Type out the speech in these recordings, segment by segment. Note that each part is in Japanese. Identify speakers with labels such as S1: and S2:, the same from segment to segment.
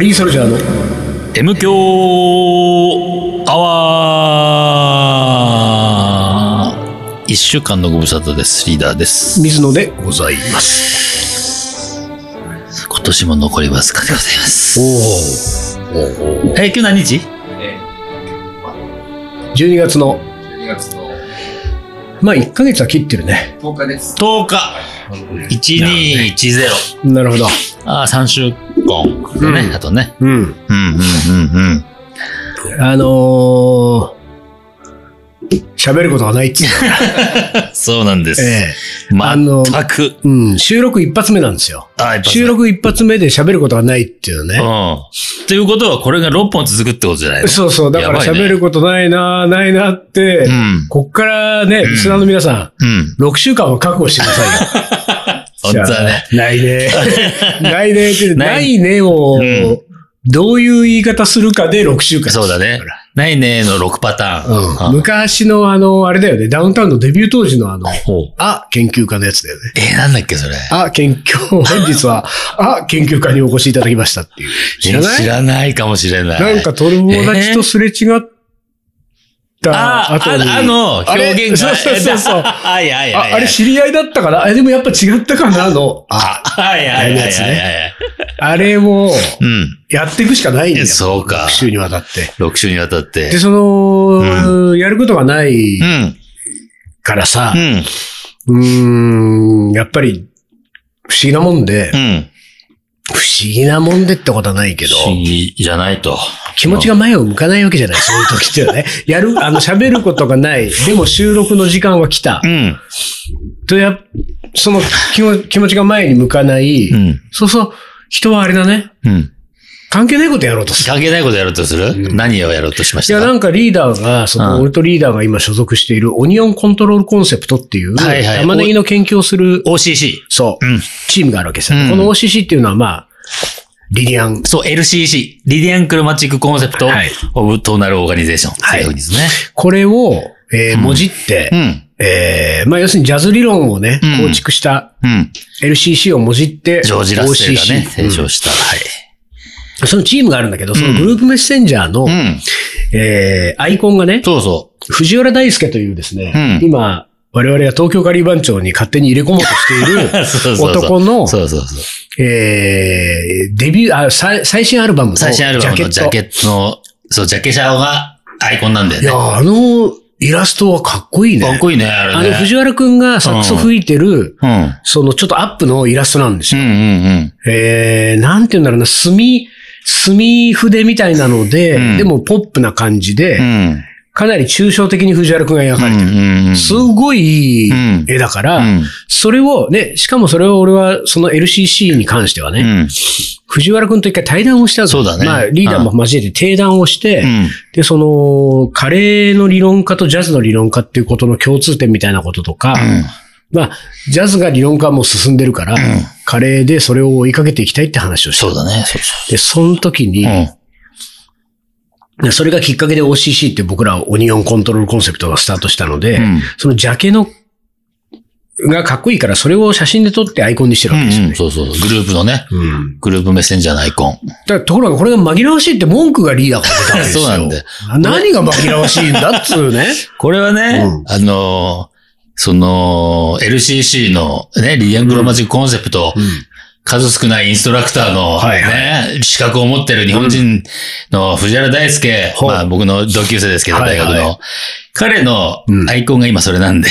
S1: リーソルジャーの
S2: M 強アワー一週間のご無沙汰です。リーダーです。
S1: 水野でございます。
S2: 今年も残りわずかでございます。
S1: おお。
S2: えー、今日何日
S1: 12月の、
S3: 12月の
S1: まあ1ヶ月は切ってるね。
S3: 10日です。
S2: ?10 日 !1210。
S1: なるほど。
S2: ああ、3週間だね、
S1: うん
S2: あとね。
S1: うん。
S2: うんうんうんうん。
S1: あのー、喋ることがないっつう の
S2: そうなんです。
S1: えあ
S2: 全
S1: の
S2: く。
S1: えうん。収録一発目なんですよ。
S2: あーやっぱ
S1: 収録一発目で喋ることがないっていうね。
S2: うん。ということは、これが6本続くってことじゃないの
S1: そうそう。だから
S2: やばいね
S1: 喋ることないな、ないなって、
S2: うん。
S1: こっからね、リスナーの皆さ
S2: うん。
S1: ん、6週間は覚悟してくださいよ。
S2: 本当だね。
S1: ないね。 ないねって、
S2: な
S1: ないいねを
S2: うん、
S1: どういう言い方するかで6週間。
S2: そうだね。ないねーの6パター
S1: う
S2: ン。
S1: ん。
S2: うん
S1: 昔のあの、あれだよね、ダウンタウンのデビュー当時のあの、
S2: ほう
S1: あ、研究家のやつだよね。
S2: えー、なんだっけ、それ。
S1: あ、研究、本日 は、あ、研究家にお越しいただきましたっていう。知らない
S2: 知らないかもしれない。
S1: なんか友達とすれ違った
S2: あ、あ
S1: 後に、
S2: あの、表現が。
S1: あれそうそうそうそう
S2: えーだはいはい
S1: あ
S2: はいはい。
S1: あれ知り合いだったかなあでもやっぱ違ったかなあの、あ、
S2: はいはいはいはいはい。
S1: あれを
S2: うん。
S1: やっていくしかないんだよ。
S2: そうか
S1: 6週にわたって。
S2: 6週にわたって
S1: で、。その、やることがない
S2: うん。
S1: からさ
S2: う、ん。
S1: うーん、やっぱり、不思議なもんで
S2: う、ん。
S1: 不思議なもんでってことはないけど
S2: 不、思議じゃないと。
S1: 気持ちが前を向かないわけじゃ ない、そういう時っていうのはね。やる、あの、喋ることがない。でも収録の時間は来た
S2: う。ん。
S1: とや、その気も気持ちが前に向かない。
S2: うん。
S1: そうそう、人はあれだね。
S2: うん。
S1: 関係ないことやろうとする。
S2: 関係ないことやろうとする、何をやろうとしまし
S1: い
S2: た
S1: や、な
S2: か
S1: んかリーダーが、その、
S2: うん
S1: 俺とリーダーが今所属しているオニオンコントロールコンセプトっていう、
S2: はいはい
S1: 玉ねぎの研究をする、
S2: ?OCC。
S1: そう、
S2: うん
S1: チームがあるわけですよ。
S2: うん
S1: この OCC っていうのは、まあ、リリアン
S2: そう、LCC。リディアンクロマチックコンセプト
S1: はい
S2: オブトーナルオーガニゼーション。
S1: はい
S2: そういうふうにですね。
S1: これを、えー、もじって、
S2: うん。
S1: えーまあ、要するにジャズ理論をね、
S2: うん
S1: 構築した
S2: うん。
S1: LCC をもじって、
S2: ジョージ・ラッセルがね、
S1: OCC う
S2: 提
S1: ん
S2: 唱した。はい。
S1: そのチームがあるんだけど、そのグループメッセンジャーの、
S2: うん。
S1: えーアイコンがね、
S2: そうそ
S1: 藤原大輔というですね、
S2: うん
S1: 今、我々が東京カリー番長に勝手に入れ込もうとしている、
S2: う。 そうそうそう
S1: 男の、
S2: そうそうそう。
S1: えーデビューあ最、最新アルバムのジャケッ
S2: 最
S1: ト。
S2: 新アルバムのジャケットの、そう、ジャケシャオがアイコンなんだ
S1: いや
S2: よ
S1: ー、あのイラストはかっこいい
S2: ね。
S1: ね。
S2: かっこいいね、あれ
S1: あ
S2: ね。
S1: の藤原くんがサックス吹いてる、
S2: うん。
S1: そのちょっとアップのイラストなんです
S2: う
S1: よ。
S2: んうん
S1: えー、なんて言うんだろうな、墨、墨筆みたいなので、
S2: うん
S1: でもポップな感じで、
S2: うん。うん。
S1: かなり抽象的に藤原くんが描かれてる。
S2: うんうん。
S1: すごいいい
S2: うん
S1: 絵だか
S2: う
S1: ら、
S2: ん。
S1: それをね、しかもそれを俺はその LCC に関してはね、
S2: うん。
S1: 藤原くんと一回対談をしたんですよ
S2: そうだね
S1: まあ、リーダーも交えて定談をして、
S2: うん。
S1: で、その、カレーの理論家とジャズの理論家っていうことの共通点みたいなこととか、まあ、ジャズが理論家はもう進んでるから、カレーでそれを追いかけていきたいって話をした。
S2: そうだね。そうそ
S1: で、その時に、
S2: う。
S1: でそれがきっかけで OCC って僕らオニオンコントロールコンセプトがスタートしたので、
S2: うん
S1: そのジャケの、がかっこいいから、それを写真で撮ってアイコンにしてる
S2: う
S1: わけですよ
S2: ん。う
S1: ね
S2: ん。。そうそうそう。グループのね。
S1: うん
S2: グループメッセンジャーのアイコン。
S1: だからところがこれが紛らわしいって文句がリーダーから出たんですよ。
S2: そうなんだよ
S1: 何が紛らわしいんだっつうね。
S2: これはね、
S1: う
S2: あのーその、LCC のね、リディアングロマジックコンセプト、数少ないインストラクターの、
S1: はいは
S2: ね、資格を持ってる日本人の藤原大輔、
S1: ほう
S2: まあ僕の同級生ですけど、
S1: はい
S2: 大
S1: は
S2: 学
S1: い
S2: の。彼の
S1: うん
S2: アイコンが今それ なんで。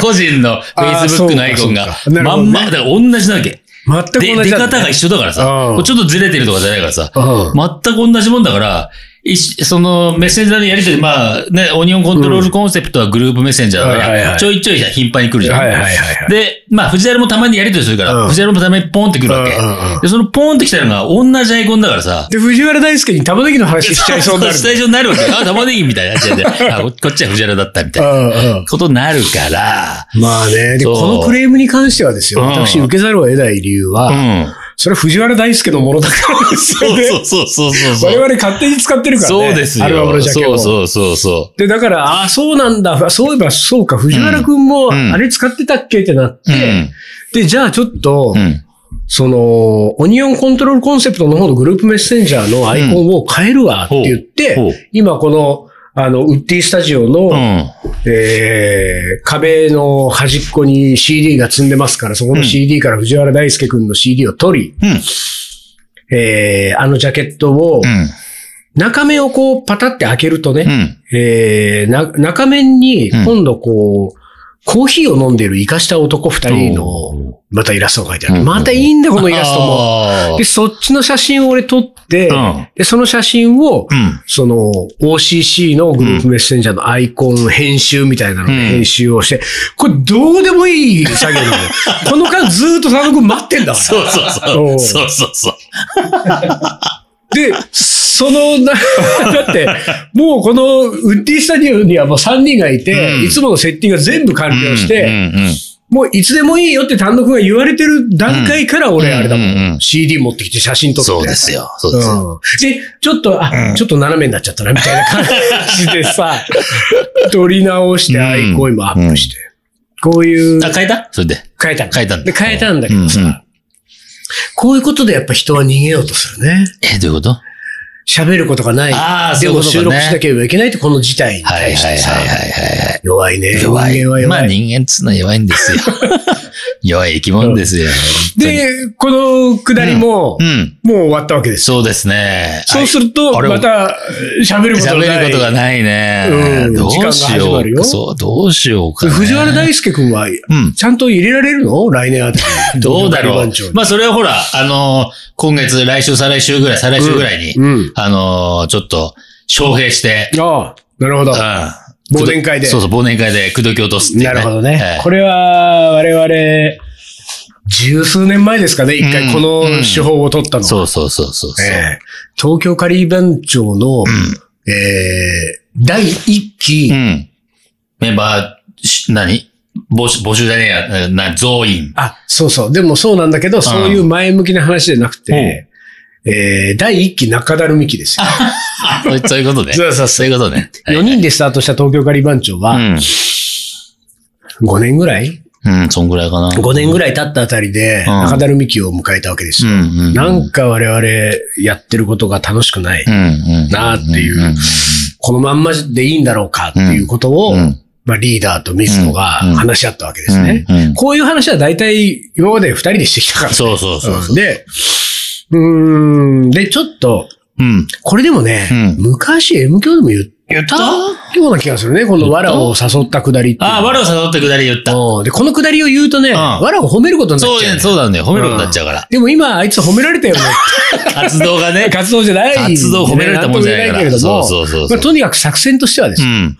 S2: 個人の Facebook のアイコ
S1: あ
S2: ン
S1: ーそう
S2: が
S1: かそうかなる
S2: ま
S1: ほどね
S2: んま、だから同じなわけ。
S1: 全く
S2: で、
S1: 同じ
S2: 出
S1: だ
S2: 方が一緒だからさ
S1: う、ん
S2: ちょっとずれてるとかじゃないからさ、
S1: うん
S2: 全く同じもんだから、いしそのメッセンジャーでやりとり、まあね、オニオンコントロールコンセプトはグループメッセンジャーだか
S1: はいはいは
S2: ら、
S1: い
S2: ちょいちょい頻繁に来るじゃん。
S1: はいはいはいはい
S2: で、まあ、藤原もたまにやりとりするから、
S1: うん
S2: 藤原もたまにポンって来るわけ。
S1: うんうんうん
S2: で、そのポンって来たのが同じアイコンだからさ、
S1: で、藤原大輔に玉ねぎの話しちゃいそうになる
S2: ス。タジオになるわけ。あ、玉ねぎ みたいになっちゃって、あ、ここっちは藤原だったみたいな
S1: うんうん
S2: ことになるから、
S1: まあね、で、
S2: そ
S1: こ
S2: う
S1: のクレームに関してはですよ、
S2: うん
S1: 私受けざるを得ない理由は、
S2: うん。
S1: それは藤原大輔のものだからですよ
S2: そう
S1: ね。
S2: そうそうそうそうそう。
S1: 我々勝手に使ってるからね。
S2: そうですよ。
S1: アルバムのジャケ
S2: そ
S1: を
S2: うそうそうそ
S1: で、だから、ああ、そうなんだ。あそういえば、そうか、藤原くんも、
S2: うん
S1: あれ使ってたっけってなっ
S2: う。う
S1: て、
S2: ん。
S1: で、じゃあちょっと、
S2: うん。
S1: その、オニオンコントロールコンセプトの方のグループメッセンジャーのアイコンを変えるわって言って、
S2: ほうほう
S1: 今この、あの、ウッディスタジオの、
S2: うん。
S1: えー壁の端っこに CD が積んでますから、そこの CD から藤原大輔くんの CD を取り、
S2: うん。
S1: えーあのジャケットを、
S2: うん。
S1: 中面をこうパタって開けるとね、
S2: うん。
S1: えーな中面に
S2: うん
S1: 今度こう、コーヒーを飲んでる生かした男二人の、またイラストが書いてある。
S2: うん
S1: またいいんだ、このイラストも。
S2: も
S1: で、そっちの写真を俺撮って、
S2: うん。
S1: で、その写真を
S2: う、ん。
S1: その OCC のグループメッセンジャーのアイコン編集みたいなので
S2: うん
S1: 編集をして、これどうでもいい作業なの よ。この間ずーっと佐野くん待ってんだか
S2: そうそう
S1: お
S2: そう。
S1: う
S2: そうそうそう。
S1: ら。で、その、なだって、もうこのウッディスタジオにはもう3人がいて、
S2: うん
S1: いつものセッティングが全部完了して、
S2: うんうんうん
S1: もういつでもいいよって単独が言われてる段階から俺あれだもん。
S2: うんうんうん
S1: CD 持ってきて写真撮って。
S2: そうですよ。そうですよ。
S1: うん、で、ちょっと、あ、
S2: うん
S1: ちょっと斜めになっちゃったな、みたいな感じでさ、 撮り直して、アイコンもアップして。こういう、
S2: あ、変えたそれで。
S1: 変えたの
S2: 変えたん
S1: で
S2: だ
S1: 変えたんだけどさ、
S2: うんうん
S1: こういうことでやっぱ人は逃げようとするね。
S2: え、どういうこと
S1: 喋ることがない。
S2: ああ、そう
S1: で
S2: いうこ
S1: も
S2: と
S1: 収
S2: か
S1: 録
S2: ね。
S1: しなきゃいけないって、この事態に
S2: はい
S1: 対し
S2: はい
S1: てさ、
S2: はいはいはいはい。
S1: 弱いね。
S2: 弱い。
S1: 人間は弱い。
S2: まあ人間っつうのは弱い んですよ。弱い生き物ですよ。
S1: で、この下りも、
S2: うん。
S1: もう終わったわけですよ
S2: そうですね。
S1: そうすると、
S2: あれ
S1: また喋ることが
S2: 喋
S1: ない。
S2: ることがないね
S1: う。ん
S2: どう
S1: 時間
S2: し
S1: が始
S2: よ
S1: まる
S2: う。
S1: よ
S2: そう、どうしようかね。
S1: 藤原大輔君は、
S2: うん。
S1: ちゃんと入れられるの来年あたり。
S2: どうだろう
S1: 番長。に
S2: まあそれはほら、あのー、今月、来週、再来週ぐらい、再来週ぐらいに、
S1: うん。
S2: あのー、ちょっと、招聘して、
S1: ああ、なるほど。
S2: うん
S1: 忘年会で
S2: そうそう、忘年会で口説き落とすっていう
S1: なるほどね
S2: え。え
S1: これは、我々、十数年前ですかね、一回この手法を取ったのは。
S2: そうそうそうそうそう。
S1: ええ東京カリー番長の、ええ第一期、
S2: うん。メンバー、し何募集、募集じゃねえや、えな、増員。
S1: あ、そうそう。でもそうなんだけど、そういう前向きな話じゃなくて、ええ第一期中だるみ期ですよ。
S2: あ、そうそういうことね。
S1: そうそうそう
S2: そういうことね。はい
S1: 4人でスタートした東京カリバン長は、5年ぐらい
S2: うん。うん、そんぐらいかな。
S1: ?5 年ぐらい経ったあたりで、
S2: うん
S1: 中だるみ期を迎えたわけです
S2: う
S1: よ。
S2: んうん。
S1: なんか我々やってることが楽しくない。
S2: うんうん。
S1: なあっていうこのまんまでいいんだろうかっていうことを、
S2: うん
S1: まあ、リーダーと水野が
S2: うん
S1: 話し合ったわけですね。
S2: うんうん
S1: こういう話は大体今まで2人でしてきたから。
S2: そうそうそう
S1: うん
S2: そう。
S1: で、うーん、で、ちょっと、
S2: うん。
S1: これでもね、
S2: うん
S1: 昔 M 教でも言っ
S2: 言った
S1: たような気がするね。この藁を誘ったくだりっていうのは
S2: あ、我を誘ってくだり言った。
S1: うんで、このくだりを言うとね、
S2: ん
S1: 藁を褒めることにな
S2: そ
S1: っ
S2: う
S1: ちゃう
S2: ね、
S1: ね。
S2: そうなんだよ。褒めることになっちゃうから。
S1: でも今、あいつ褒められ たよね。、
S2: 活動がね
S1: 活動じゃない。
S2: 活動褒められたもんじゃないから。
S1: んとも言えけれど
S2: そ
S1: も
S2: うそうそう
S1: ま
S2: そ
S1: あ
S2: う。
S1: とにかく作戦としてはです
S2: う
S1: ね、
S2: ん。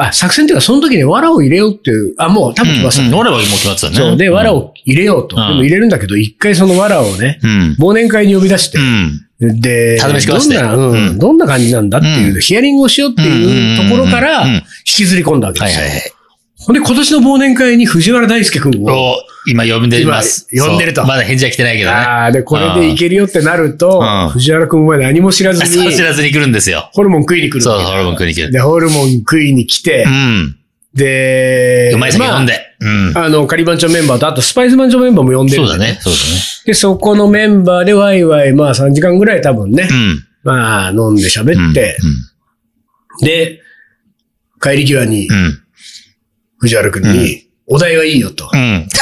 S1: あ、作戦というか、その時に藁を入れようっていう、あ、もう多分来ました
S2: うん。俺はもう決まってたね。
S1: そう。で、藁
S2: を。
S1: を入れようと。
S2: うん
S1: でも入れるんだけど、一回その藁をね、
S2: うん。
S1: 忘年会に呼び出して
S2: う、ん。
S1: で、
S2: 試し食わ
S1: ど
S2: せ
S1: ん
S2: て
S1: な、
S2: う
S1: うんん、どんな感じなんだっていう、
S2: うん
S1: ヒアリングをしようっていうところから、
S2: うんうんうんうん
S1: 引きずり込んだわけ
S2: は
S1: で
S2: い
S1: す
S2: は
S1: よ
S2: い。はい。
S1: ほんで、今年の忘年会に藤原大輔君を、
S2: を、今呼んでます。
S1: 今呼んでると
S2: そうまだ返事は来てないけどね。
S1: ああ、で、これでいけるよってなると
S2: うん、
S1: 藤原くんは何も知らず
S2: そう 知
S1: に、
S2: らずに来るんですよ。
S1: ホルモン食いに来る
S2: そう、
S1: わ
S2: ホルモン食いに来
S1: け。
S2: る。
S1: で、ホルモン食いに来て
S2: う、ん。
S1: で、
S2: うまい酒
S1: まあ
S2: 飲んで。うん。
S1: あの、カリバンチョメンバーと、あとスパイスバンチョメンバーも呼んでる
S2: そ
S1: ん
S2: う
S1: で
S2: だね。そう
S1: で、そこのメンバーでワイワイ、まあ3時間ぐらい多分ね
S2: だ、ね。
S1: まあ飲んで
S2: うん。
S1: 喋って、で、帰り際に
S2: うん。うん。
S1: 藤原くんに、お題はいいよと
S2: う。ん。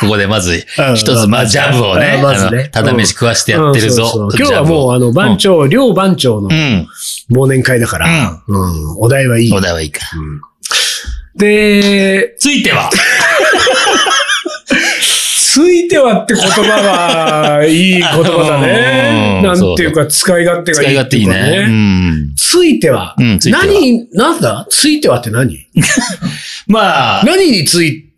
S2: ここでまず、
S1: うん
S2: 一つ、まあ、ジャブをね、
S1: まずね
S2: あのただ飯食わしてやってるぞ
S1: うんそうそう。今日は
S2: ジャブ
S1: も
S2: を
S1: う、あの、番長、両番長の
S2: うん。
S1: 忘年会だから、うん、お題はいい
S2: うん。お。題はいいか。
S1: で、
S2: ついては、
S1: ついてはって言葉は、いい言葉だね。
S2: うん
S1: なんていうか、使い勝手が
S2: 使
S1: い
S2: い
S1: い
S2: 勝
S1: って
S2: 手い
S1: い
S2: いう
S1: かね。
S2: ね。うん。
S1: ついては。
S2: うんついては
S1: 何、なんだついてはって何
S2: まあ、
S1: 何につい、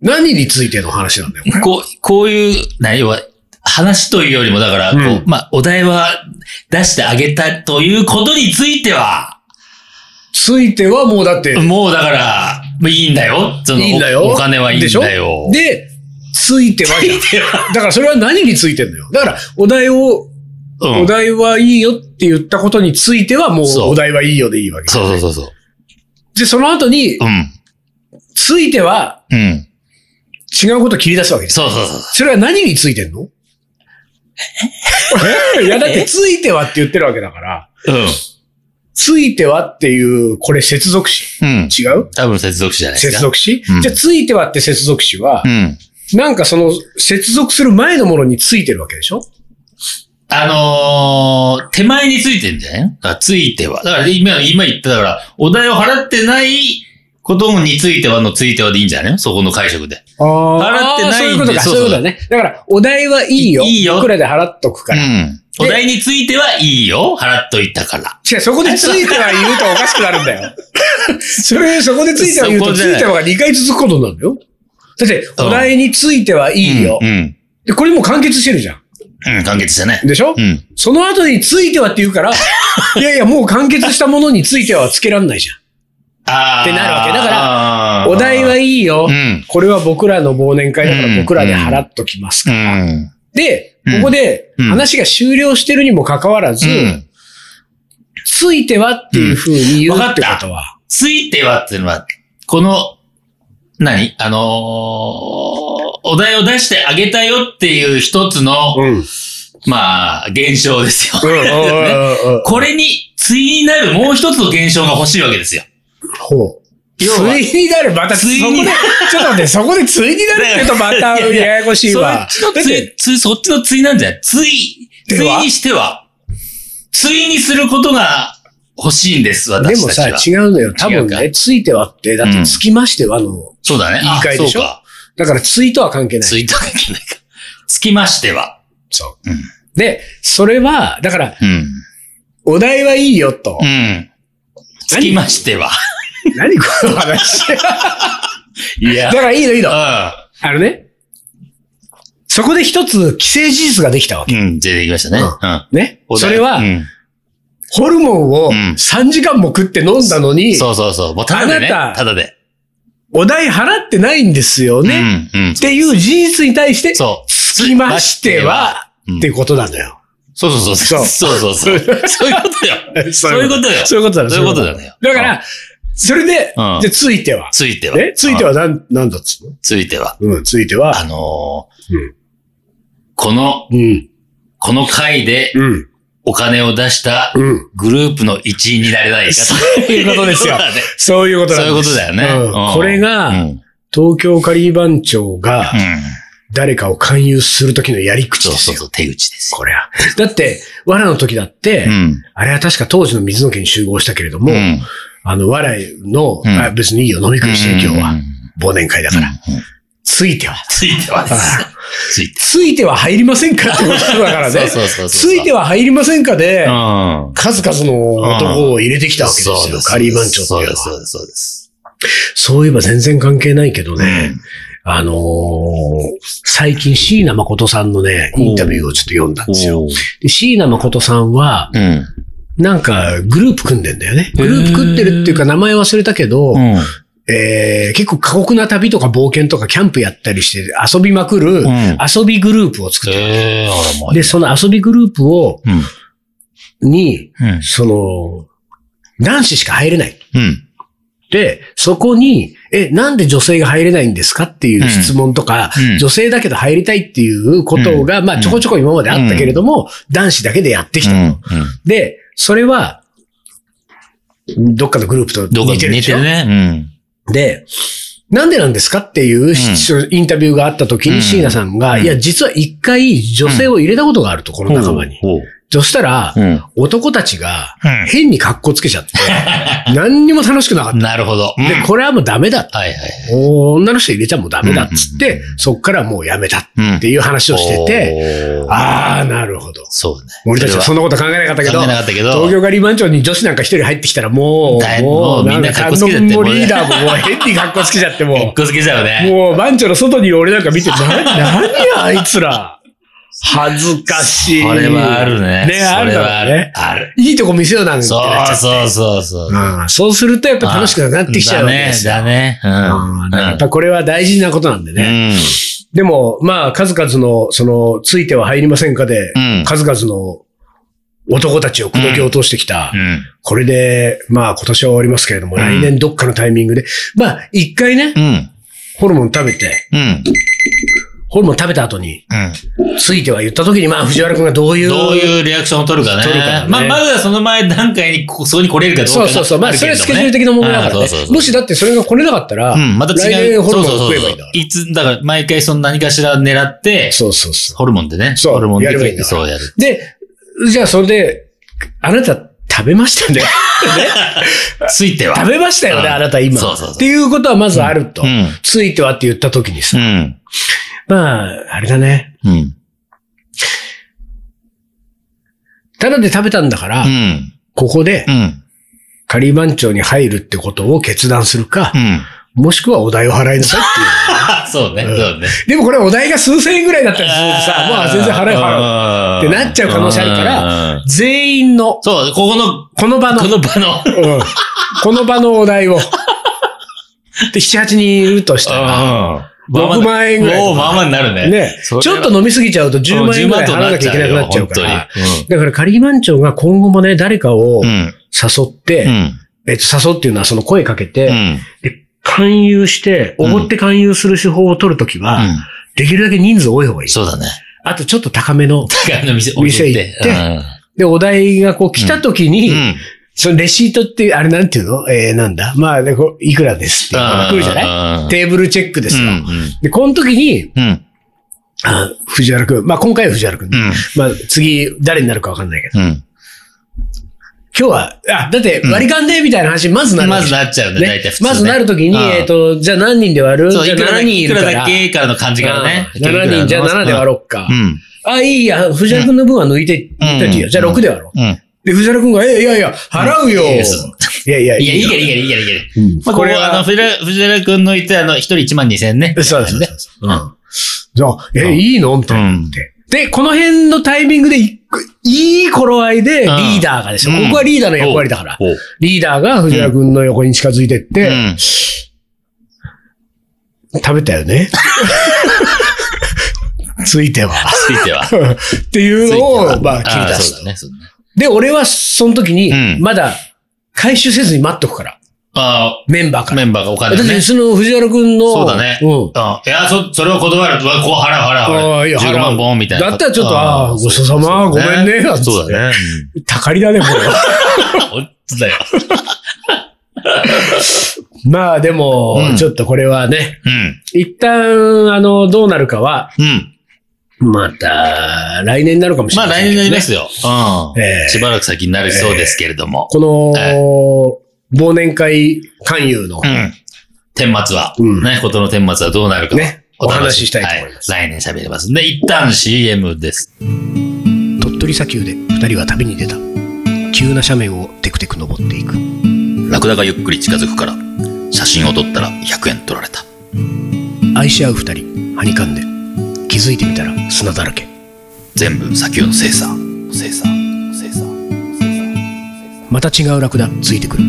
S1: 何についての話なんだよ。
S2: こう、こういう、内容は、話というよりも、だから、こう
S1: うん
S2: まあ、お題は出してあげたということについては、
S1: ついてはもうだって、
S2: もうだから、まあいいんだよ。その
S1: いいんだよ。
S2: おお金はいいん
S1: でしょ
S2: だよ。
S1: で、ついてはじゃんだからそれは何についてんのよ。だから、お題を、
S2: うん
S1: お題はいいよって言ったことについてはもう
S2: そう
S1: お題はいいよでいいわけ。
S2: そうそうそうそう。
S1: で、その後に
S2: う、ん。
S1: ついては、
S2: うん。
S1: 違うことを切り出すわけです。
S2: そうそうそう。
S1: それは何についてんのいや、だってついてはって言ってるわけだから、
S2: うん。
S1: ついてはっていう、これ接続詞
S2: うん。
S1: 違う
S2: 多分接続詞じゃないです
S1: 接
S2: か。
S1: 続詞、
S2: うん
S1: じゃあ、ついてはって接続詞は
S2: う、ん。
S1: なんかその、接続する前のものについてるわけでしょ
S2: あのー、手前についてんじゃないだからついては。だから今、今言った、だから、お題を払ってないことについてはのついてはでいいんじゃないのそこの解釈で。
S1: あ
S2: 払ってない
S1: そう
S2: んで
S1: いうことか、そ
S2: そ
S1: うう
S2: そ
S1: いう
S2: う
S1: ことだね。だから、お題はいいよ。
S2: いいよ
S1: くらいで払っとくから。
S2: うん。お題についてはいいよ。払っといたから。
S1: 違う、そこでついては言うとおかしくなるんだよ。それ、そこでついては言う
S2: そ
S1: と、
S2: こ
S1: つ
S2: じゃない
S1: いてはが2回続くことになるんだよ。だって、お題についてはいいよ
S2: う。ん。
S1: で、これもう完結してるじゃん。
S2: うん。完結したね。
S1: でしょ
S2: うん。
S1: その後についてはって言うから、いやいや、もう完結したものについてはつけらんないじ
S2: ああ。
S1: ってなるわけだから
S2: ら
S1: ゃん。お題はい
S2: い
S1: いよ
S2: う。ん。
S1: これは僕らの忘年会だか
S2: うん
S1: ら僕らで払っときます
S2: う
S1: から。
S2: ん。
S1: で、
S2: うん
S1: ここで
S2: うん
S1: 話が終了してるにもかかわらず、
S2: うん。
S1: ついてはっていう風に言う
S2: うんわかっ
S1: って
S2: た
S1: ことは、
S2: ついてはっていうのは、この、何あのーお題を出してあげたよっていう一つの、
S1: うん。うん。
S2: まあ、現象ですよ。
S1: うん。
S2: これに、対になるもう一つの現象が欲しいわけですよ。
S1: ほう。つ
S2: 要はい
S1: になる、また、そこ
S2: 対
S1: で、
S2: に
S1: ちょっと待って、そこでついになるって言うとまたややこしい
S2: そ
S1: わ
S2: っ。ちの
S1: だって
S2: つ、つ、そっちのついなんじゃないつい、つ
S1: ではい
S2: にしては、ついにすることが欲しいんです、
S1: で
S2: 私
S1: も
S2: たち
S1: さ、
S2: は。
S1: 違うのよ。多分
S2: 違う
S1: ね、ついてはって、だって、つきましてはの、
S2: そうだね。あ
S1: 言い換えでしょ
S2: そうか。
S1: だから、ついとは関係ない。
S2: ついたわけないか。つきましては。
S1: そう
S2: うん。
S1: で、それは、だから、
S2: うん。
S1: お題はいいよと
S2: う。ん。つきましては。
S1: 何この話。
S2: いや
S1: だからいいのいいの。あ
S2: う
S1: のね、そこで一つ既成事実ができたわけ。
S2: ん。うん。出てきましたね。
S1: うん
S2: う
S1: ね。
S2: ん。
S1: それは
S2: う、ん
S1: ホルモンを
S2: うん
S1: 3時間も食って飲んだのに、
S2: そうそうそう。もうただでね。
S1: あなた
S2: ただで。
S1: お題払ってないんですよね。
S2: うん。うん
S1: っ。ていう事実に対して、
S2: そう。
S1: つきましては、
S2: うん
S1: っていうことなのよ。
S2: そうそうそ。
S1: そうう
S2: そうそうそう。 そういうことよ。そういうことよ。
S1: そういうことだ
S2: そういうことだね。
S1: だから、それで、
S2: うん
S1: で、ついては。
S2: ついては。
S1: ね、ついてはなん、なんだっつうの
S2: ついては。
S1: うん、ついては
S2: あ。の
S1: う
S2: ー、この、
S1: うん、
S2: この回で
S1: うん、
S2: お金を出した
S1: うん。
S2: グループの一員になれないかと。
S1: そういうことですよ
S2: そう。だね
S1: そういうこと
S2: そう
S1: ないんで
S2: うこ
S1: す
S2: とだよね。
S1: うん
S2: うん
S1: これが、
S2: うんうん
S1: 東京カリー番長が誰かを勧誘するときのやり口
S2: そう
S1: です
S2: そう
S1: よ。
S2: そう、手口ですよ。
S1: これは。だって、藁の時だって、
S2: うん。
S1: あれは確か当時の水野家に集合したけれども、
S2: うん
S1: あの、藁の、
S2: うん
S1: あ別にいいよ、飲み食いして今日
S2: う
S1: は
S2: ん。
S1: 忘年会だから。
S2: うん
S1: ついては。
S2: ついてはですよ。ついて
S1: ついては入りませんかってことだからね。
S2: は。そうそうそう。
S1: ついては入りませんかで、
S2: は、うん。
S1: 数々の男を入れてきたわけですよ。カリー番長って
S2: そ
S1: いううの
S2: で
S1: は
S2: す、そうです、そうです。
S1: そういえば全然関係ないけど
S2: う
S1: ね、
S2: ん
S1: あのー最近椎名誠さんのね、インタビューをちょっと読んだんですよ。で椎名誠さんは、
S2: うん。
S1: なんかグループ組んでんだよね。グループ組ってるっていうか名前忘れたけど、
S2: うん。
S1: えー結構過酷な旅とか冒険とかキャンプやったりして遊びまくる
S2: うん
S1: 遊びグループを作って、
S2: ええ、あら、まあ。
S1: で、その遊びグループを、
S2: うん。
S1: に、
S2: うん。
S1: その、男子しか入れない。
S2: うん。
S1: で、そこに、え、なんで女性が入れないんですかっていう質問とか、
S2: うんうん
S1: 女性だけど入りたいっていうことが、まあちょこちょこ今まであったけれども、男子だけでやってきた。
S2: うん。
S1: で、それは、どっかのグループと
S2: どうか
S1: 似てるで
S2: 似
S1: してょ
S2: るね。
S1: で、なんでなんですかっていうし、インタビューがあった時
S2: うん
S1: に椎名さんが、
S2: うん
S1: いや、実は一回女性を入れたことがあると、こ
S2: うん。
S1: の仲間に。
S2: ほう。
S1: そしたら
S2: う、ん。
S1: 男たちが
S2: うん
S1: 変に格好つけ ちゃって、何にも楽しくなかった。
S2: なるほど。うん
S1: で、これはもうダメだ。
S2: はいはい。
S1: 女の人入れちゃもうダメだっつって、そっからもうやめたっていう話をしてて、
S2: て
S1: ああ、なるほど。
S2: そうね。
S1: 俺たちはそ
S2: ん
S1: んなこと考えなかったけど、
S2: なかったけど。
S1: 東京ガリバン長に女子なんか一人入ってきたらも、
S2: だいうもうみんな
S1: か
S2: 格好つけちゃって
S1: もうリーダーももう変に格好つけちゃ って
S2: 一
S1: も
S2: 個付けちゃ
S1: う、
S2: うね。
S1: もう番長の外にいる俺なんか見 て、な、何やあいつら。恥ずかしい。
S2: これはあるね。
S1: ね、ある
S2: それ
S1: だ
S2: はあ
S1: ろうね
S2: る。。ある。
S1: いいとこ見せようなんて
S2: そ
S1: なっちゃっ
S2: う
S1: て
S2: そうそうそう。
S1: うんそうするとやっぱ楽しくなってきちゃうわけですよ。
S2: だね。
S1: うん
S2: だ
S1: や
S2: ね
S1: っ。ぱこれは大事なことなんで
S2: うん。う
S1: ね。
S2: ん。
S1: でも、まあ、数々の、その、ついては入りませんかで、
S2: うん
S1: 数々の男たちを口説き落としてきた。
S2: うん。
S1: これで、まあ、今年は終わりますけれども、
S2: う
S1: 来
S2: ん
S1: 年どっかのタイミングで、まあ、一回ね
S2: う、ん。
S1: ホルモン食べて、
S2: うん。
S1: ホルモン食べた後に、
S2: うん。
S1: ついては言った時に、まあ、藤原くんがどういう。
S2: どういうリアクションを取るかね。
S1: 取るかだね
S2: まあ、まずはその前段階にこそこに来れるかどうか
S1: そ
S2: が
S1: うそうそう。まあ、それはスケジュール
S2: あるけ
S1: 的
S2: れ
S1: な
S2: ども
S1: 問題だから
S2: あ
S1: ね
S2: ーそうそう。そう
S1: もしだってそれが来れなかったら、
S2: うん、また
S1: 来
S2: 違
S1: 年
S2: う。
S1: ホルモン
S2: そうそ
S1: 食
S2: う
S1: えば
S2: そ
S1: いういんだから。
S2: いつ、だから毎回その何かしら狙って、
S1: そうそうそ
S2: ホルモンでね。
S1: そう
S2: ホルモンで
S1: やればいいんだから
S2: そうやる。
S1: う。で、じゃあそれで、あなた食べました ね。
S2: ついては。
S1: 食べましたよね、
S2: うん
S1: あなた今。
S2: そうそうそう
S1: っていうことはまずあると。
S2: うん。
S1: ついてはって言った時に
S2: う
S1: さ、
S2: ん。
S1: まあ、あれだね。
S2: うん。
S1: ただで食べたんだから、
S2: うん。
S1: ここで
S2: うん。
S1: 仮番長に入るってことを決断するか、
S2: うん。
S1: もしくはお代を払いなさいっていう。
S2: そうね、
S1: うん
S2: そうね。
S1: でもこれお代が数千円ぐらいだったりするとさ、もう全然払え払う。
S2: 払
S1: ってなっちゃう可能性あるから
S2: ら。
S1: 全員の、
S2: そう、ここの、
S1: この場の
S2: こ、の場の。
S1: うんこの場のお題を。で、7、8人いるとしたら、
S2: まあまあ
S1: 6万円ぐらい
S2: おお、まあまあになるね。
S1: ね、ちょ
S2: そ
S1: っ
S2: れは
S1: と飲みすぎちゃうと
S2: う
S1: 10
S2: ん
S1: 万円ぐらい払わなきゃいけなくなっちゃうか
S2: 10万
S1: ら。
S2: となっちゃうよ
S1: だから仮番長が今後もね、誰かを
S2: 本当に
S1: 誘っ
S2: うん。
S1: て、えっと、誘うっていうのはその声かけ
S2: うん。う
S1: て、
S2: ん。
S1: 勧誘して、おごって勧誘する手法を取るときは、
S2: う
S1: できるだけ人数多い方がい
S2: ん。
S1: い。
S2: そうだね。
S1: あとちょっと高めの。
S2: だから店、
S1: 店行ってで、お題がこう来たとき
S2: うん。
S1: に
S2: う、ん。
S1: そのレシートって、あれなんていうのえー、なんだまあ、でこういくらですっていうのが来るじゃない
S2: ない
S1: テーブルチェックです
S2: うん
S1: よ。。で、この時に、
S2: うん。
S1: あ藤原くん、まあ今回は藤原くん、
S2: うん。
S1: まあ次誰になるかわかんないけど、
S2: うん。
S1: 今日は、あ、だって
S2: うん
S1: 割り勘でみたいな話、まずなるわ
S2: ま
S1: け
S2: ず
S1: じゃん。
S2: なっちゃうんだ、大体普通ね。
S1: まずなる時に、
S2: うん
S1: えっ、と、じゃあ何人で割る
S2: そう、
S1: じゃ
S2: い
S1: あ
S2: くらだ
S1: 7
S2: け、
S1: 人い
S2: い
S1: る
S2: く
S1: からら。
S2: だけからの感じからね。
S1: うん7人、じゃあ7で割ろうか。
S2: うん。
S1: あ、いいや、藤原くんの分は抜いて、
S2: うん
S1: 抜いといていいよ。じゃあ6で割ろう。
S2: うん。
S1: で、藤原くんが、え、いやいや、払うよ。
S2: うんいい
S1: い
S2: です
S1: やいや、
S2: いや、いい
S1: よ
S2: けど、いいけど、いいけど、いいけど。
S1: うん
S2: まあ、こ
S1: こ
S2: れ
S1: れ
S2: は、あの、
S1: は、
S2: 藤原、藤原くんの言って、あの、一人一万二千ね。
S1: そうですね。
S2: うん。
S1: じゃあ、
S2: うん
S1: え、いいのみたいになって。で、この辺のタイミングでい、いい頃合いでリーダーがですよ。
S2: うん
S1: ここはリーダーの役割だから。
S2: おう
S1: リーダーが藤原くんの横に近づいてっ
S2: う
S1: て、
S2: ん。
S1: 食べたよね ついては。
S2: ついては。
S1: っていうのを、まあ、切り出
S2: あーそ
S1: す
S2: うだね、そうだね。
S1: で、俺はその時に
S2: う、ん
S1: まだ回収せずに待っとくから。
S2: あ
S1: メンバー
S2: あ、
S1: から。
S2: メンバーがお金
S1: だ
S2: を
S1: っ
S2: ね
S1: て、。その藤原くんの、
S2: そうだね
S1: うん。
S2: うんいや、そ、それを断ると、わこう払う
S1: あ
S2: 払
S1: あいうや
S2: 払
S1: 払
S2: う。
S1: う
S2: 15万ボンみたいな。
S1: だったらちょっとああごちそうさま
S2: そうだ
S1: ごめんねなんつって
S2: そうだね。
S1: たかりだね、これは。
S2: うん本当だよ。
S1: まあでも、
S2: うん
S1: ちょっとこれはね、
S2: うん。
S1: 一旦、あの、どうなるかは、
S2: うん。
S1: また、来年になるかもしれ
S2: まあ、
S1: ない、
S2: 来年になりますよ。うん
S1: ええ
S2: しばらく先になりそうですけれども。
S1: この、忘年会勧誘の、
S2: うん。天末は、
S1: うん
S2: ね、ことの天末はどうなるか。
S1: ね、お話ししたいと思います。
S2: す。来年喋れますんで、一旦 CM です。
S1: 鳥取砂丘で二人は旅に出た。急な斜面をテクテク登っていく。
S2: ラクダがゆっくり近づくから、写真を撮ったら100円取られた。
S1: 愛し合う二人、はにかんで。気づいてみたら砂だらけ。
S2: 全部砂丘の精査。精査。精査。
S1: また違うラクダついてくる。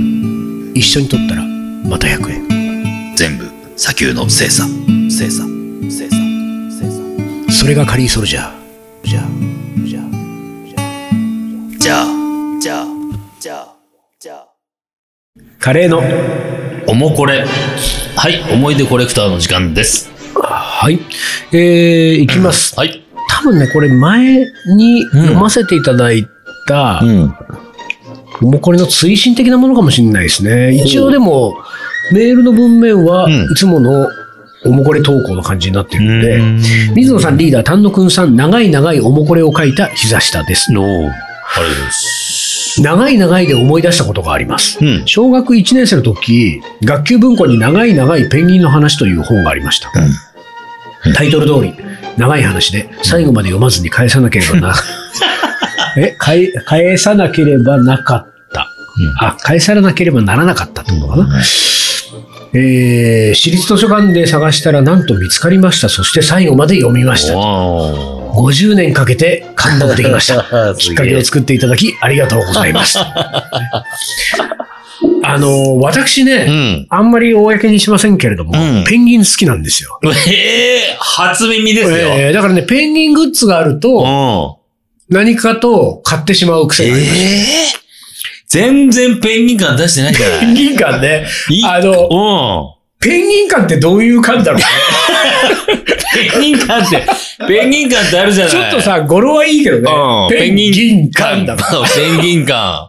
S1: 一緒に撮ったら、また100円。
S2: 全部砂丘の精査。精査。精査。精査。
S1: それがカリーソルジャー。じゃあ、じゃあ。
S2: じゃあ、じゃあ、じゃあ、じゃあ。
S1: カレーの、
S2: おもこれ。はい、思い出コレクターの時間です。
S1: はい。えー、いきます。
S2: はい。
S1: 多分ね、これ前に読ませていただいた、
S2: ん。
S1: もうこれの推進的なものかもしれないですね。一応でも、メールの文面は、
S2: うん
S1: いつものおもこれ投稿の感じになってるので、水野さんリーダー、丹野くんさん、長い長いおもこれを書いた膝下です。
S2: の、ありがとうございます。
S1: 長い長いで思い出したことがあります。
S2: うん。
S1: 小学1年生の時、学級文庫に長い長いペンギンの話という本がありました。タイトル通り、長い話で最後まで読まずに返さなければな、え、返返さなければなかった。あ、返さなければならなかったってことかな。えー、私立図書館で探したらなんと見つかりました。そして最後まで読みました。
S2: おー
S1: 50年かけて感動できました。きっかけを作っていただき、ありがとうござい ます。あの、私
S2: う
S1: ね、
S2: ん。
S1: あんまり公にしませんけれども、
S2: うん
S1: ペンギン好きなんですよ。
S2: ええ初耳ですよ。
S1: えーだからね、ペンギングッズがある
S2: う
S1: と、
S2: ん。
S1: 何かと買ってしまう癖があります。
S2: えー 全然ペンギン感出してないから。
S1: ペンギン感ね、
S2: いい
S1: あの
S2: うん。
S1: ペンギン感ってどういう感じだろう ね。
S2: ペンギン感って、ペンギン感ってあるじゃない。
S1: ちょっと、さ、語呂はいいけどね
S2: うん。。
S1: ペンギン感だ
S2: だ
S1: な。
S2: そう、ペンギン感。
S1: な、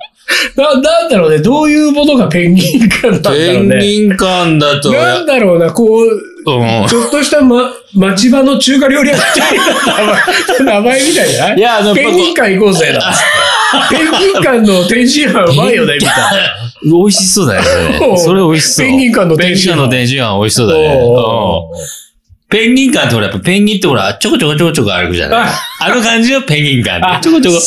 S1: なんだろうね。どういうものがペンギン感なんだろ
S2: ペ
S1: う
S2: ン
S1: ね。
S2: ギン感だと、
S1: なんだろうな、こう、
S2: うん
S1: ちょっとした、ま、町場の中華料理屋みたいな名前名前みたいじゃない
S2: いやあの
S1: ペンギン館行こうぜだ。ペンギン館の天津飯うまいよね、みたいな。
S2: 美味しそうだね。そ
S1: おう
S2: れそれ美味しそう。
S1: ペンギン感の天津飯
S2: ペンギン感の天津飯美味しそうだね。うん
S1: おー
S2: ペンギン感ってほら、やっぱペンギンってほら、ちょこちょこちょこちょこ歩くじゃない
S1: あ
S2: あの感じのペンギン感
S1: あ
S2: ちょこちょこ。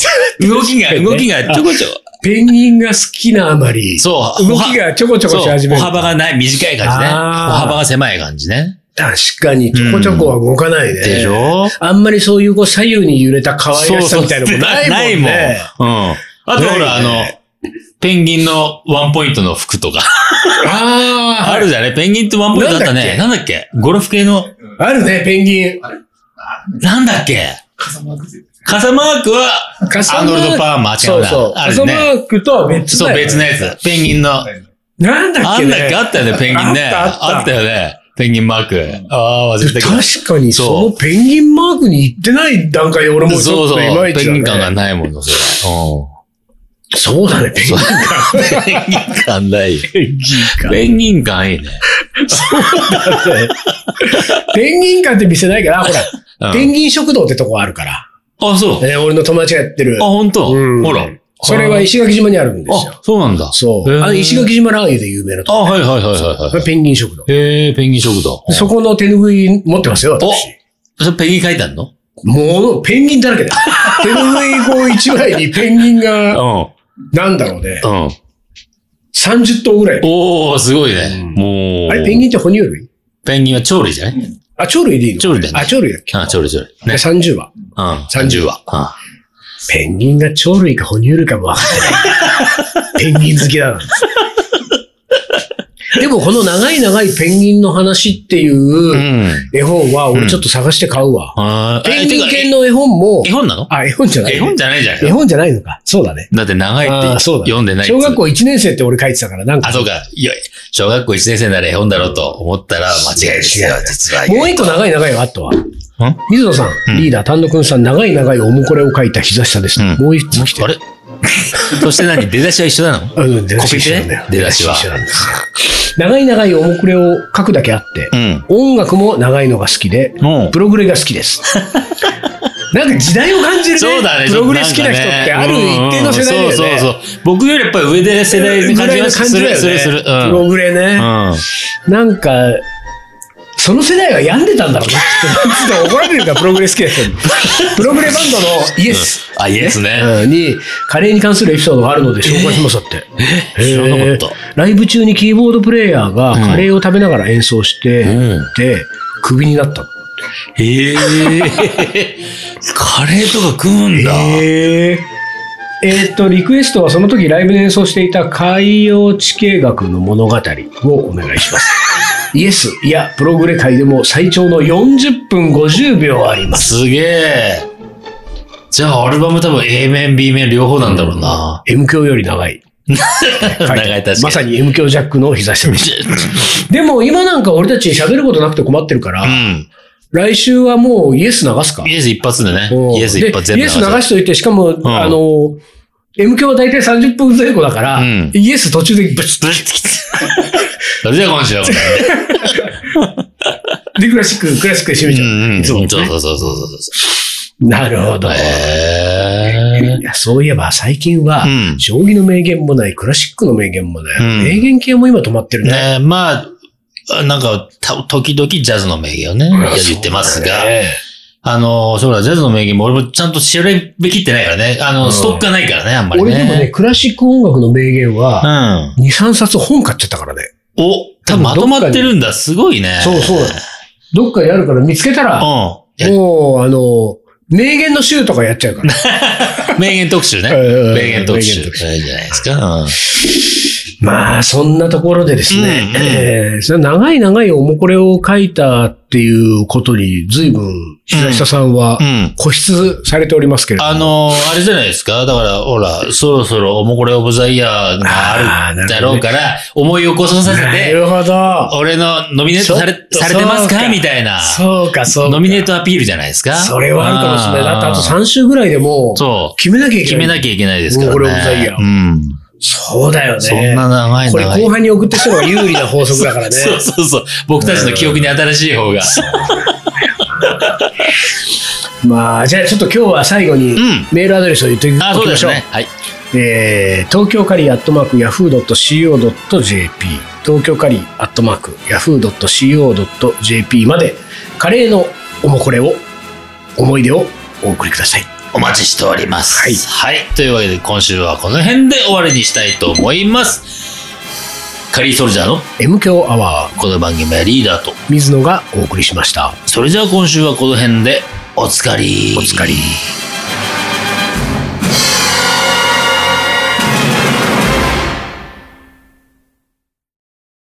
S2: 動
S1: 確
S2: きが、
S1: かにね
S2: 動きがちょこちょこ。
S1: ペンギンが好きなあまり、
S2: そう。
S1: 動きがちょこちょこし始める
S2: そう歩。幅がない、短い感じね。歩
S1: あー
S2: 幅が狭い感じね。
S1: 確かに、ちょこちょこは動かないね。
S2: でしょ
S1: あんまりそういうこう左右に揺れた可愛らしさみたいなのもないもんね。
S2: そうそうないもん。うん。あとほら、
S1: な
S2: あ
S1: い
S2: の
S1: ね、
S2: ペンギンのワンポイントの服とか。
S1: あー
S2: あるじゃんね。ペンギンってワンポイントあったね。なんだっけゴルフ系の。
S1: あるね、ペンギン。
S2: なんだっけ傘マークは、アーノルド・パーマー違
S1: そうう
S2: な。
S1: そう。
S2: あ
S1: カ
S2: る
S1: サマ
S2: ね。
S1: ークとは別
S2: そう、
S1: だよ、ね。
S2: 別のやつ。ペンギンの。あん
S1: なんだっけ、ね、
S2: だっけあったよね、ペンギンね。
S1: あったあった
S2: あったよね。ペンギンマーク。ああ、忘れたけど。
S1: 確かに、
S2: そ
S1: そうのペンギンマークに行ってない段階で俺もち
S2: そ
S1: ょ
S2: う
S1: っ
S2: そう。
S1: といま
S2: ペ
S1: いち
S2: ン
S1: だ
S2: ギン感が
S1: ね。
S2: ないもの、それ。
S1: そうだね、 ペンギン
S2: そうペンギン感ないよ。
S1: ペンギン感。
S2: ペンギン感いいね。
S1: ペンギン感って店ないから、ほら、
S2: うん
S1: ペンギン食堂ってとこあるから。
S2: あ、そう。
S1: ね、俺の友達がやってる
S2: あ、。本当。
S1: うん
S2: ほら。
S1: それは石垣島にあるんです
S2: あ
S1: よ。、
S2: そうなんだ。
S1: そう。あの石垣島ラー油で有名なと
S2: あ、
S1: こ。
S2: はいはいはいはいはい。
S1: ペンギン食堂。
S2: へえ、ペンギン食堂。
S1: そこの手拭い持ってますよ、
S2: お
S1: 私。
S2: それペンギン書いてあるの
S1: もう、ペンギンだらけ だよ。手拭いこう一枚にペンギンが、
S2: う
S1: なんだろうね。
S2: ん。うん。
S1: 30頭ぐらい。
S2: おー、すごいね。
S1: うん
S2: もう。
S1: あれ、ペンギンって哺乳類
S2: ペンギンは鳥類じゃない
S1: あ、鳥類でいいの
S2: 鳥類だね
S1: あ、鳥類だっけ
S2: あ、鳥類鳥類。ね。
S1: ?30 羽。
S2: うん。30羽。う
S1: ペンギンが鳥類か哺乳類かもわかん ない。ペンギン好きだなんです。でもこの長い長いペンギンの話ってい
S2: ん。
S1: う
S2: うん。
S1: 絵本は俺ちょっと探して買うわ。
S2: あー
S1: ペンギン
S2: えて
S1: 犬
S2: か
S1: の絵本も
S2: 絵、本なの
S1: あ、絵本じゃない。
S2: 絵本じゃないじゃん。
S1: 絵本じゃないのか。そうだね。
S2: だって長いって
S1: あーそうだね
S2: 読んでない
S1: 小学
S2: 校。
S1: 校1年生って俺書いてたから、なん
S2: あ、
S1: か。
S2: そうか。いや、小学校1年生なら絵本だろうと思ったら間違いですよ
S1: 違う、
S2: 実は。
S1: もう一個長い長いはあったわ。
S2: ん
S1: 水野さん、リーダー、丹野くんさん、長い長いおもこれを書いた膝下です。
S2: うん
S1: もう一つ来て
S2: あ。れ そして何出だしは一緒なの
S1: うん、出だし
S2: コピ
S1: 一緒
S2: ペ
S1: なんだよ。
S2: 出だしは
S1: 一緒なんですよ。長い長いおもくれを書くだけあって、
S2: うん。
S1: 音楽も長いのが好きで、
S2: も
S1: プログレが好き です。なんか時代を感じるね。
S2: そうだね。
S1: プログレ好きな人ってある一定の世代だよね。
S2: うんうんうんそうそうそう。僕よりやっぱり上で世代の
S1: ぐ
S2: 感
S1: ら
S2: じ
S1: い
S2: が
S1: の感
S2: す
S1: じだよね。
S2: る、する、する。うん
S1: プログレ
S2: う
S1: ね。
S2: ん。
S1: なんか、その世代は病んでたんだろうな。ちょっと怒られるから、プログレ好きな人に。プログレバンドのイエス。
S2: あ、イエスね。
S1: うんに、カレーに関するエピソードがあるので紹介しますだって。
S2: え知らなかった
S1: へーライブ中にキーボードプレイヤーが
S2: うん
S1: カレーを食べながら演奏して、
S2: うん
S1: で、クビになった。
S2: へえ。カレーとか食うんだ。
S1: えーえーっと、リクエストはその時ライブで演奏していた海洋地形学の物語をお願いし ます。イエス、いや、プログレ界でも最長の40分50秒あります。
S2: すげえ。じゃあアルバム多分 A 面 B 面両方なんだろうな。
S1: M 教より 長い。
S2: 長い確
S1: ま
S2: か
S1: さ
S2: に。
S1: に M 教ジャックの膝下でした。 でも今なんか俺たち喋ることなくて困ってるから、来週はもうイエス流すか
S2: うん。。イエス一発でね。
S1: うん
S2: イエス一発全
S1: で
S2: 部
S1: イエス流
S2: す
S1: しといて、しかも、
S2: ん
S1: あの、M 教は大体30分前後だから、
S2: うん
S1: イエス途中でブツッ
S2: ブリッつきつそれじゃあ今週 はこれ。
S1: でクラシック、クラシックで締めちゃう。
S2: うんうん。
S1: いつも
S2: そう
S1: ね
S2: そうそうそうそう
S1: なるほど。
S2: そう。へえ
S1: い。やそういえば最近は、
S2: うん
S1: 将棋の名言もない、クラシックの名言もない、
S2: うん
S1: 名言系も今止まってるね。
S2: ねえ、まあ、あなんか、た時々ジャズの名言をね、
S1: うん
S2: 言ってますが、
S1: そうだね
S2: あの、そうだ、ジャズの名言も俺もちゃんと調べきってないからね。あの、
S1: うん
S2: ストックがないからね、あんまりね。
S1: 俺でもね、クラシック音楽の名言
S2: う
S1: は、
S2: ん。
S1: 2、3冊本買っちゃったからね。
S2: お、多分まとまってるんだ。すごいね。
S1: そうそうだね。どっかにあるから見つけたら、
S2: うん。い
S1: もう、あの、名言の集とかやっちゃうから。
S2: や名言特集ね。
S1: うん
S2: 名言特
S1: 名
S2: 集。
S1: 言
S2: い
S1: 特集
S2: いじゃないですか。うん
S1: まあ、そんなところでですね、
S2: うんうん
S1: えーそれは長い長いおもこれを書いたっていうことに、随分、平下さんは
S2: うん。
S1: 固執されておりますけれども。
S2: あのーあれじゃないですか。だから、ほら、そろそろおもこれオブザイヤーがあ
S1: あーなるほど
S2: る
S1: ね
S2: だろうから、思い起こさせ
S1: な
S2: て、
S1: るほど。
S2: 俺のノミネートされ
S1: ちょっと
S2: されてます
S1: そう
S2: か
S1: か
S2: みたいな。
S1: そうか、そうか。
S2: ノミネートアピールじゃないですか。
S1: それはあるかもしれない。だってあと
S2: あー
S1: 3週ぐらいでもう、
S2: そ
S1: 決めなきゃ
S2: う。
S1: いけ
S2: 決
S1: ない。
S2: めなきゃいけないですからね。
S1: もうこれオブザイヤー
S2: うん。
S1: そうだよね。
S2: そんな長い
S1: これ
S2: 長い
S1: 後。半に送って人が有利な法則だからね。
S2: そうそうそう。僕たちの記憶に新しい方が。
S1: まあ、じゃあちょっと今日は最後に
S2: うん
S1: メールアドレスを言っておき
S2: あ、そう
S1: ま
S2: で
S1: し
S2: す
S1: ょう。
S2: ね。はい。
S1: えー東京カリーアットマークヤフー .co.jp 東京カリーアットマークヤフー .co.jp までカレーのおもこれを思い出をお送りください。
S2: お待ちしております。
S1: はい
S2: はい。というわけで、今週はこの辺で終わりにしたいと思います。カリーソルジャーの
S1: M 強アワー
S2: この番組はリーダーと。
S1: 水野がお送りしました。
S2: それじゃあ今週はこの辺で、おつかり。
S1: おつかり。